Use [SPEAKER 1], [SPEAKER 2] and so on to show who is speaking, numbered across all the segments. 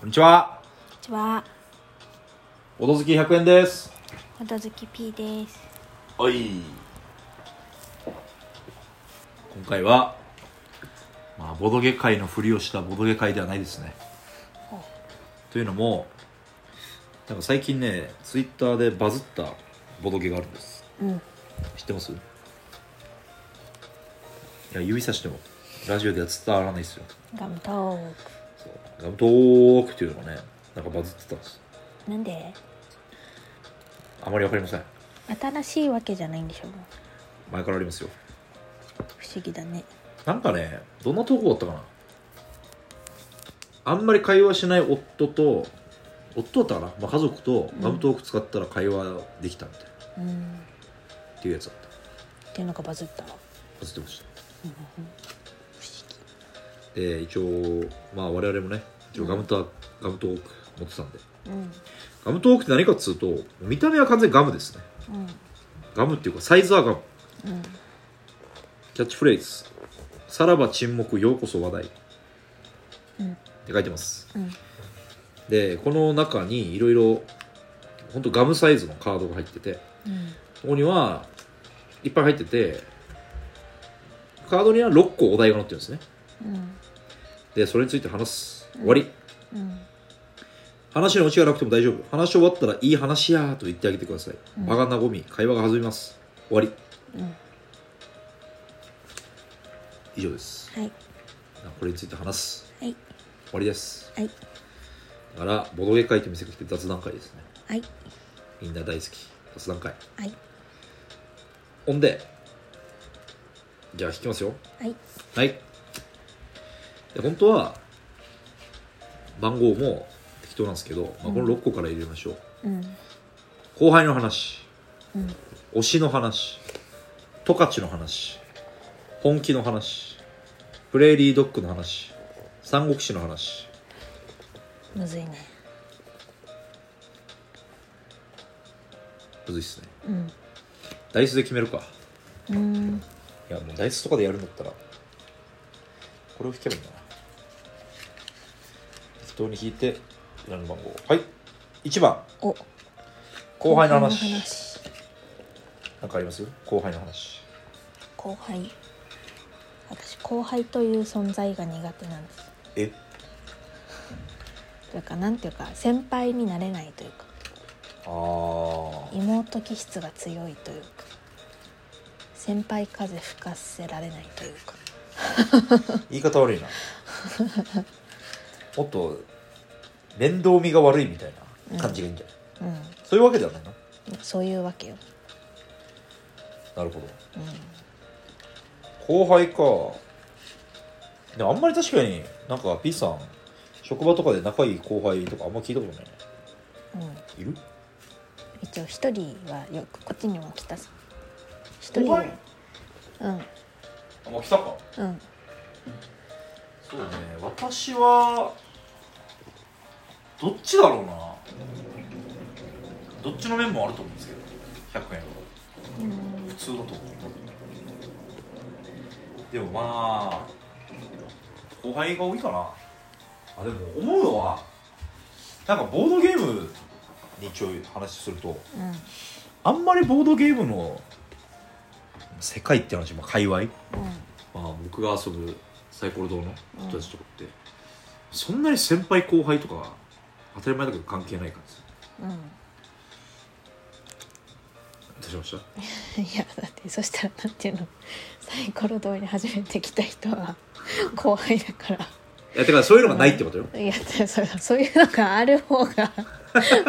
[SPEAKER 1] こんにちは。
[SPEAKER 2] こんにちは、
[SPEAKER 1] おとずき100円です。
[SPEAKER 2] ほどずき P です。
[SPEAKER 1] おい。今回は、まあ、ボドゲ会のふりをしたボドゲ会ではないですね
[SPEAKER 2] ほう。
[SPEAKER 1] というのも、なんか最近ね、ツイッターでバズったボドゲがあるんです。
[SPEAKER 2] うん。
[SPEAKER 1] 知ってますいや、指さしても、ラジオでは伝わらないですよ。
[SPEAKER 2] ガムトー
[SPEAKER 1] そうガムトークっていうのがね、なんかバズってたんです。
[SPEAKER 2] ク。なんで
[SPEAKER 1] あまりわかりません。
[SPEAKER 2] 新しいわけじゃないんでしょ
[SPEAKER 1] 前からありますよ。
[SPEAKER 2] 不思議だね。
[SPEAKER 1] なんかねどんな投稿だったかなあんまり会話しない夫と夫だったかな、まあ、家族と
[SPEAKER 2] うん
[SPEAKER 1] ガムトーク使ったら会話できたみたいな、
[SPEAKER 2] うん。
[SPEAKER 1] っていうやつだった
[SPEAKER 2] っていうのがバズった。
[SPEAKER 1] 映ってましたで一応まあ我々もね一応ガムタ、ガムトーク持ってたんで
[SPEAKER 2] うん。
[SPEAKER 1] ガムトークって何かっつうと見た目は完全にガムですね
[SPEAKER 2] うん。
[SPEAKER 1] ガムっていうかサイズはガム
[SPEAKER 2] うん。
[SPEAKER 1] キャッチフレーズ「さらば沈黙ようこそ話題」っ
[SPEAKER 2] うん。
[SPEAKER 1] て書いてます
[SPEAKER 2] うん。
[SPEAKER 1] でこの中にいろいろほんとガムサイズのカードが入ってて
[SPEAKER 2] うん。
[SPEAKER 1] ここにはいっぱい入っててカードには6個お題が載ってるんですね
[SPEAKER 2] うん。
[SPEAKER 1] でそれについて話す終わり
[SPEAKER 2] うん。
[SPEAKER 1] 話のオチがなくても大丈夫話し終わったらいい話やーと言ってあげてください
[SPEAKER 2] うん
[SPEAKER 1] 場が和み会話が弾みます終わり
[SPEAKER 2] うん。
[SPEAKER 1] 以上です
[SPEAKER 2] はい。
[SPEAKER 1] これについて話す
[SPEAKER 2] はい。
[SPEAKER 1] 終わりです
[SPEAKER 2] はい。
[SPEAKER 1] だからボドゲ会と見せかけて雑談会ですね
[SPEAKER 2] はい。
[SPEAKER 1] みんな大好き雑談会
[SPEAKER 2] はい。
[SPEAKER 1] ほんでじゃあ引きますよ
[SPEAKER 2] はい。
[SPEAKER 1] はい。で本当は番号も適当なんですけど、まあ、この6個から入れましょう、
[SPEAKER 2] うん。
[SPEAKER 1] 後輩の話
[SPEAKER 2] うん。
[SPEAKER 1] 推しの話十勝の話本気の話プレーリードッグの話三国志の話
[SPEAKER 2] むずいね。
[SPEAKER 1] むずいっすね
[SPEAKER 2] うん。
[SPEAKER 1] ダイスで決めるか
[SPEAKER 2] うん。
[SPEAKER 1] いやもうダイスとかでやるんだったらこれを引けばいいんだな適当に引いて裏の番号はい1番
[SPEAKER 2] お。
[SPEAKER 1] 後輩の
[SPEAKER 2] 後
[SPEAKER 1] 話
[SPEAKER 2] 輩の話
[SPEAKER 1] なんかあります後輩の話
[SPEAKER 2] 後輩。私後輩という存在が苦手なんです。
[SPEAKER 1] え
[SPEAKER 2] というかなんていうか先輩になれないというか
[SPEAKER 1] ああ
[SPEAKER 2] 妹気質が強いというか先輩風吹かせられないというか
[SPEAKER 1] 言い方悪い なもっと面倒見が悪いみたいな感じがいいんじゃない、
[SPEAKER 2] うん
[SPEAKER 1] そういうわけではないの
[SPEAKER 2] そういうわけよ、
[SPEAKER 1] なるほど
[SPEAKER 2] う
[SPEAKER 1] 後輩かでもあんまり確かになんか P さん職場とかで仲いい後輩とかあんま聞いたことないね
[SPEAKER 2] んうん、
[SPEAKER 1] いる
[SPEAKER 2] 一応一人はよくこっちにも来たさ一人
[SPEAKER 1] 後
[SPEAKER 2] は
[SPEAKER 1] 輩
[SPEAKER 2] うん
[SPEAKER 1] あもう来たか
[SPEAKER 2] うん
[SPEAKER 1] そうね私はどっちだろうなどっちの面もあると思うんですけど100円は
[SPEAKER 2] うん
[SPEAKER 1] 普通だと思うでもまあ後輩が多いかなあでも思うのはなんかボードゲームに一応話するとあんまりボードゲームの世界って話、まあ、界隈、まあ、僕が遊ぶサイコロ堂の人たちとかって、そんなに先輩後輩とか当たり前だけど関係ない感じ
[SPEAKER 2] うんうん
[SPEAKER 1] どうしました
[SPEAKER 2] いやだってそしたらなんていうのサイコロ通り初めて来た人は後輩だから
[SPEAKER 1] いやだからそういうのがないってことよ、
[SPEAKER 2] いやでそれそういうのがある 方が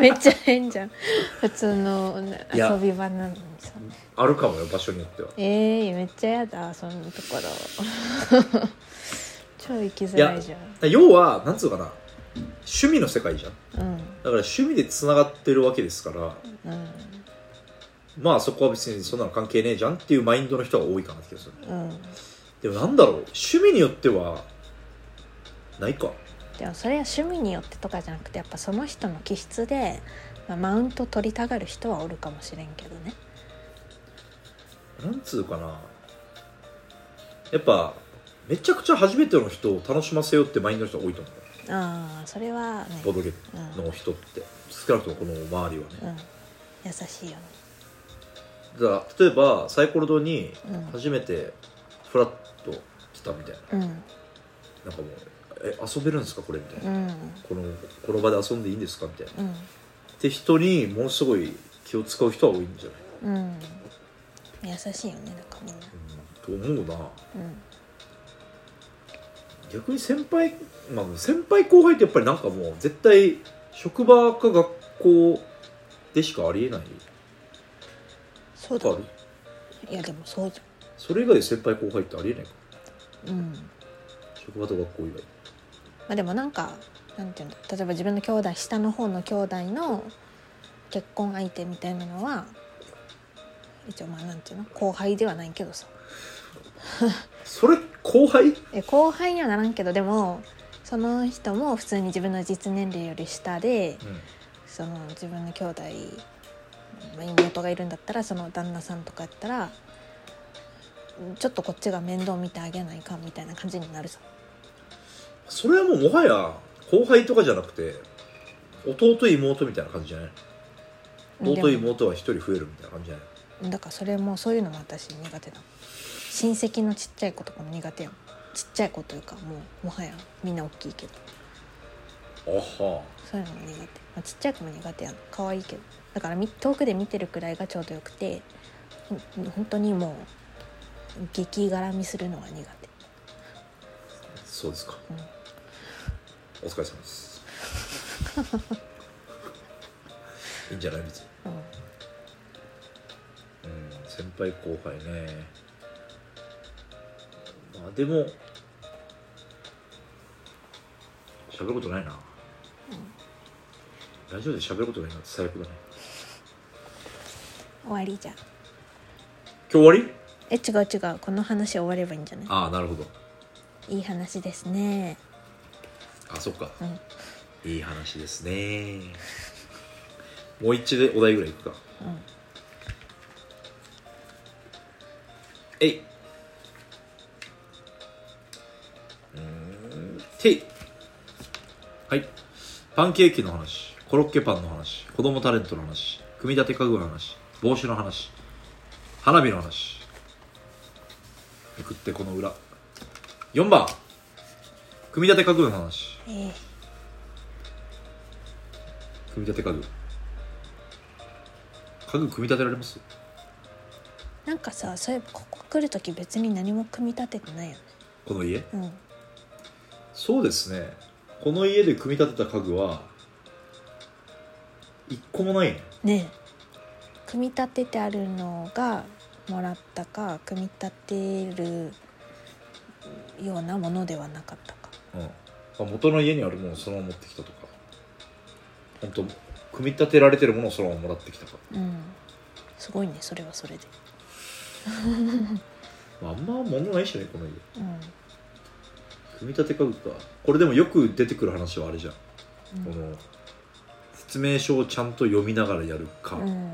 [SPEAKER 2] めっちゃ変じゃん普通のね
[SPEAKER 1] いや
[SPEAKER 2] 遊び場なのにさ
[SPEAKER 1] あるかもよ場所によっては
[SPEAKER 2] えー、めっちゃやだそんなところ 超行きづらいじゃん
[SPEAKER 1] 要はなんつうかな趣味の世界じゃんだ
[SPEAKER 2] うん
[SPEAKER 1] から趣味でつながってるわけですから
[SPEAKER 2] うん
[SPEAKER 1] まあそこは別にそんなの関係ねえじゃんっていうマインドの人が多いかなって気がする
[SPEAKER 2] うん
[SPEAKER 1] でもなんだろう趣味によってはないか
[SPEAKER 2] でもそれは趣味によってとかじゃなくてやっぱその人の気質で、まあ、マウント取りたがる人はおるかもしれんけどね
[SPEAKER 1] なんつうかなやっぱめちゃくちゃ初めての人を楽しませようってマインドの人が多いと思う
[SPEAKER 2] ああそれはね
[SPEAKER 1] ボードゲームの人って少なくともこの周りはね
[SPEAKER 2] うん優しいよね
[SPEAKER 1] だから例えばサイコロ堂に
[SPEAKER 2] うん
[SPEAKER 1] 初めてフラッと来たみたいな
[SPEAKER 2] うん
[SPEAKER 1] なんかもう「え遊べるんですかこれ」みたいな、
[SPEAKER 2] うん
[SPEAKER 1] このこの場で遊んでいいんですかみたいな
[SPEAKER 2] うん
[SPEAKER 1] って人にものすごい気を使う人は多いんじゃない、
[SPEAKER 2] うん優しいよねなんかみんな
[SPEAKER 1] うん、と思うな
[SPEAKER 2] うん
[SPEAKER 1] 逆に先輩、まあ、先輩後輩ってやっぱりなんかもう絶対職場か学校でしかありえない
[SPEAKER 2] そうだ
[SPEAKER 1] とある
[SPEAKER 2] いやでもそうじ
[SPEAKER 1] それ以外で先輩後輩ってありえないか
[SPEAKER 2] ゃんうん
[SPEAKER 1] 職場と学校以外
[SPEAKER 2] まあ、でもなんかなんていうんだ例えば自分の兄弟下の方の兄弟の結婚相手みたいなのは一応まあなんていうの後輩ではないけどさ
[SPEAKER 1] それ後輩
[SPEAKER 2] え後輩にはならんけどでもその人も普通に自分の実年齢より下でその自分の兄弟、まあ、妹がいるんだったらその旦那さんとかやったらちょっとこっちが面倒見てあげないかんみたいな感じになるさ
[SPEAKER 1] それはもうもはや後輩とかじゃなくて弟妹みたいな感じじゃない弟
[SPEAKER 2] でも
[SPEAKER 1] 妹は一人増えるみたいな感じじゃない
[SPEAKER 2] だからそれもそういうのも私苦手だ親戚のちっちゃい子とかも苦手やんちっちゃい子というかもうもはやみんな大きいけど
[SPEAKER 1] あは
[SPEAKER 2] そういうのも苦手、まあ、ちっちゃい子も苦手やん可愛いけどだからみ遠くで見てるくらいがちょうどよくてほん本当にもう激絡みするのが苦手
[SPEAKER 1] そうですか、お疲れ様です いいんじゃない別に
[SPEAKER 2] う
[SPEAKER 1] うん先輩後輩ねまあでも喋ることないな、ラジオで喋ることないなんて最悪だね
[SPEAKER 2] ん終わりじゃん
[SPEAKER 1] 今日終わり
[SPEAKER 2] え違う違うこの話終わればいいんじゃない
[SPEAKER 1] ああなるほど
[SPEAKER 2] いい話ですね
[SPEAKER 1] あそっか、
[SPEAKER 2] うん
[SPEAKER 1] いい話ですねもう一でお題ぐらいいくか
[SPEAKER 2] うん
[SPEAKER 1] えいうーんていはいパンケーキの話コロッケパンの話子供タレントの話組み立て家具の話帽子の話花火の話めくってこの裏4番組み立て家具の話
[SPEAKER 2] え
[SPEAKER 1] 組み立て家具家具組み立てられます
[SPEAKER 2] ーなんかさそういえばここ来る時別に何も組み立ててないよね
[SPEAKER 1] この家
[SPEAKER 2] うん
[SPEAKER 1] そうですねこの家で組み立てた家具は一個もないね
[SPEAKER 2] ねえ組み立ててあるのがもらったか組み立てるようなものではなかったか
[SPEAKER 1] うんまあ元の家にあるものをそのまま持ってきたとか本当組み立てられてるものをそのままもらってきたか、
[SPEAKER 2] うんすごいねそれはそれで
[SPEAKER 1] まあ、あんま物ないしねこの家
[SPEAKER 2] うん
[SPEAKER 1] 組み立て家具かこれでもよく出てくる話はあれじゃん、
[SPEAKER 2] う
[SPEAKER 1] こ
[SPEAKER 2] ん
[SPEAKER 1] の説明書をちゃんと読みながらやるか、
[SPEAKER 2] うん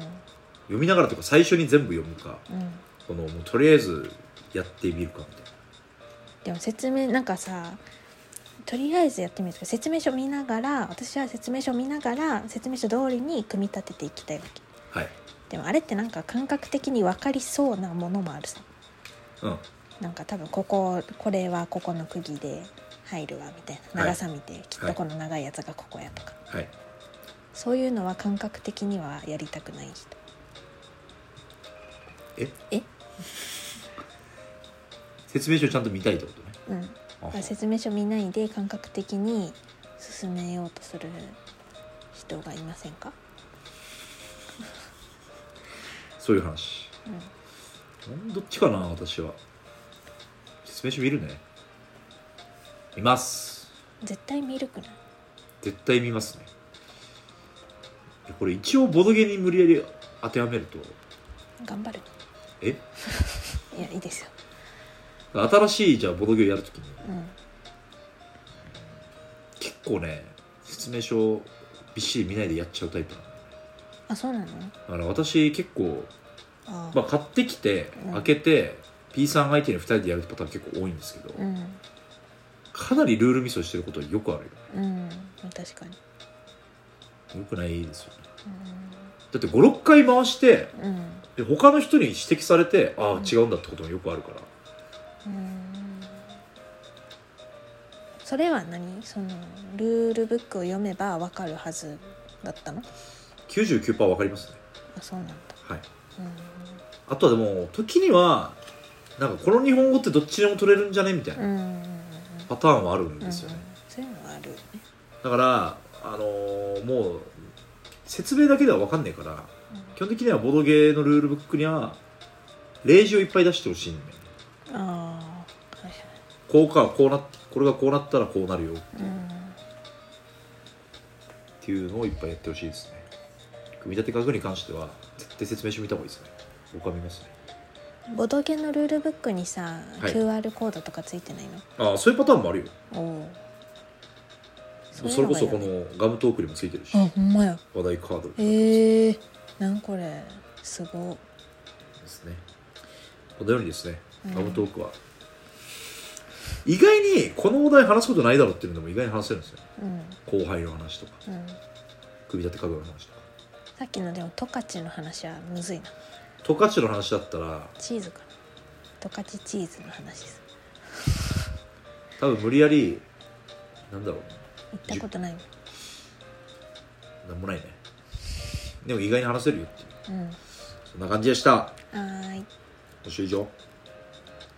[SPEAKER 1] 読みながらとか最初に全部読むか
[SPEAKER 2] うん
[SPEAKER 1] このもうとりあえずやってみるかみたいな
[SPEAKER 2] でも説明なんかさとりあえずやってみるとか説明書見ながら私は説明書見ながら説明書通りに組み立てていきたいわけ
[SPEAKER 1] はい
[SPEAKER 2] でもあれってなんか感覚的に分かりそうなものもあるさ
[SPEAKER 1] うん
[SPEAKER 2] なんか多分こここれはここの釘で入るわみたいな
[SPEAKER 1] はい
[SPEAKER 2] 長さ見て、きっとこの長いやつがここやとか、
[SPEAKER 1] はい
[SPEAKER 2] そういうのは感覚的にはやりたくない人
[SPEAKER 1] え
[SPEAKER 2] え
[SPEAKER 1] 説明書ちゃんと見たいってことね
[SPEAKER 2] うんだ
[SPEAKER 1] あ
[SPEAKER 2] から説明書見ないで感覚的に進めようとする人がいませんか、
[SPEAKER 1] そういう話
[SPEAKER 2] うん、
[SPEAKER 1] うんどっちかな私は説明書見るね見ます
[SPEAKER 2] 絶対見るくない
[SPEAKER 1] 絶対見ますねいやこれ一応ボドゲに無理やり当てはめると
[SPEAKER 2] 頑張る
[SPEAKER 1] え
[SPEAKER 2] いやいいですよ、
[SPEAKER 1] 新しいじゃあボドゲをやるときに
[SPEAKER 2] うん、
[SPEAKER 1] 結構ね説明書をびっしり見ないでやっちゃうタイプなの
[SPEAKER 2] あそうなの
[SPEAKER 1] だから私結構
[SPEAKER 2] あ
[SPEAKER 1] まあ、買ってきて
[SPEAKER 2] うん
[SPEAKER 1] 開けて P さん相手に2人でやるパターン結構多いんですけど、
[SPEAKER 2] うん
[SPEAKER 1] かなりルールミスをしてることはよくあるよ
[SPEAKER 2] うん確かに
[SPEAKER 1] よくないですよねだって56回回して
[SPEAKER 2] うんうん
[SPEAKER 1] で他の人に指摘されてあ
[SPEAKER 2] う
[SPEAKER 1] あ
[SPEAKER 2] ん
[SPEAKER 1] 違うんだってこともよくあるから
[SPEAKER 2] うんそれは何そのルールブックを読めばわかるはずだったの
[SPEAKER 1] 99%分かりますね
[SPEAKER 2] あそうなんだ
[SPEAKER 1] はい
[SPEAKER 2] うん
[SPEAKER 1] あとはでも時にはなんかこの日本語ってどっちでも取れるんじゃねみたいな
[SPEAKER 2] うんうん
[SPEAKER 1] パターンはあるん
[SPEAKER 2] うん
[SPEAKER 1] ですよね、
[SPEAKER 2] そういうのはあるよね
[SPEAKER 1] だからあのーもう説明だけでは分かんないから基本的にはボドゲーのルールブックには例示をいっぱい出してほしいんだよね
[SPEAKER 2] ああはい
[SPEAKER 1] こうかこうなこれがこうなったらこうなるよ
[SPEAKER 2] はいうん
[SPEAKER 1] っていうのをいっぱいやってほしいですね組み立て家具に関しては絶対説明書見た方がいいですね僕は見ますね
[SPEAKER 2] ボドゲのルールブックにさ、
[SPEAKER 1] はい
[SPEAKER 2] QR コードとかついてないの
[SPEAKER 1] ああそういうパターンもあるよ
[SPEAKER 2] おお
[SPEAKER 1] それこそこのガムトークにもついてるし
[SPEAKER 2] あほんまや
[SPEAKER 1] 話題カードで
[SPEAKER 2] えー、なんこれすご
[SPEAKER 1] すねこのようにですね
[SPEAKER 2] うん
[SPEAKER 1] ガムトークは意外にこのお題話すことないだろうっていうのでも意外に話せるんですよ
[SPEAKER 2] うん
[SPEAKER 1] 後輩の話とか
[SPEAKER 2] うん
[SPEAKER 1] 組み立て家具の話とか
[SPEAKER 2] さっきのでもトカチの話はむずいな
[SPEAKER 1] 十勝の話だったら
[SPEAKER 2] チーズかなトカチチーズの話です
[SPEAKER 1] 多分無理やりなんだろう
[SPEAKER 2] 行ったことないもん
[SPEAKER 1] なんもないねでも意外に話せるよっていう
[SPEAKER 2] うん
[SPEAKER 1] そんな感じでした
[SPEAKER 2] はーい
[SPEAKER 1] 募集以上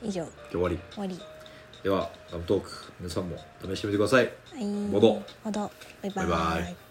[SPEAKER 2] 以上
[SPEAKER 1] 今日終わり
[SPEAKER 2] 終わり
[SPEAKER 1] ではラムトーク皆さんも試してみてください
[SPEAKER 2] はい
[SPEAKER 1] ボド
[SPEAKER 2] ボドバイ
[SPEAKER 1] バ
[SPEAKER 2] バ
[SPEAKER 1] イバ
[SPEAKER 2] イ
[SPEAKER 1] イ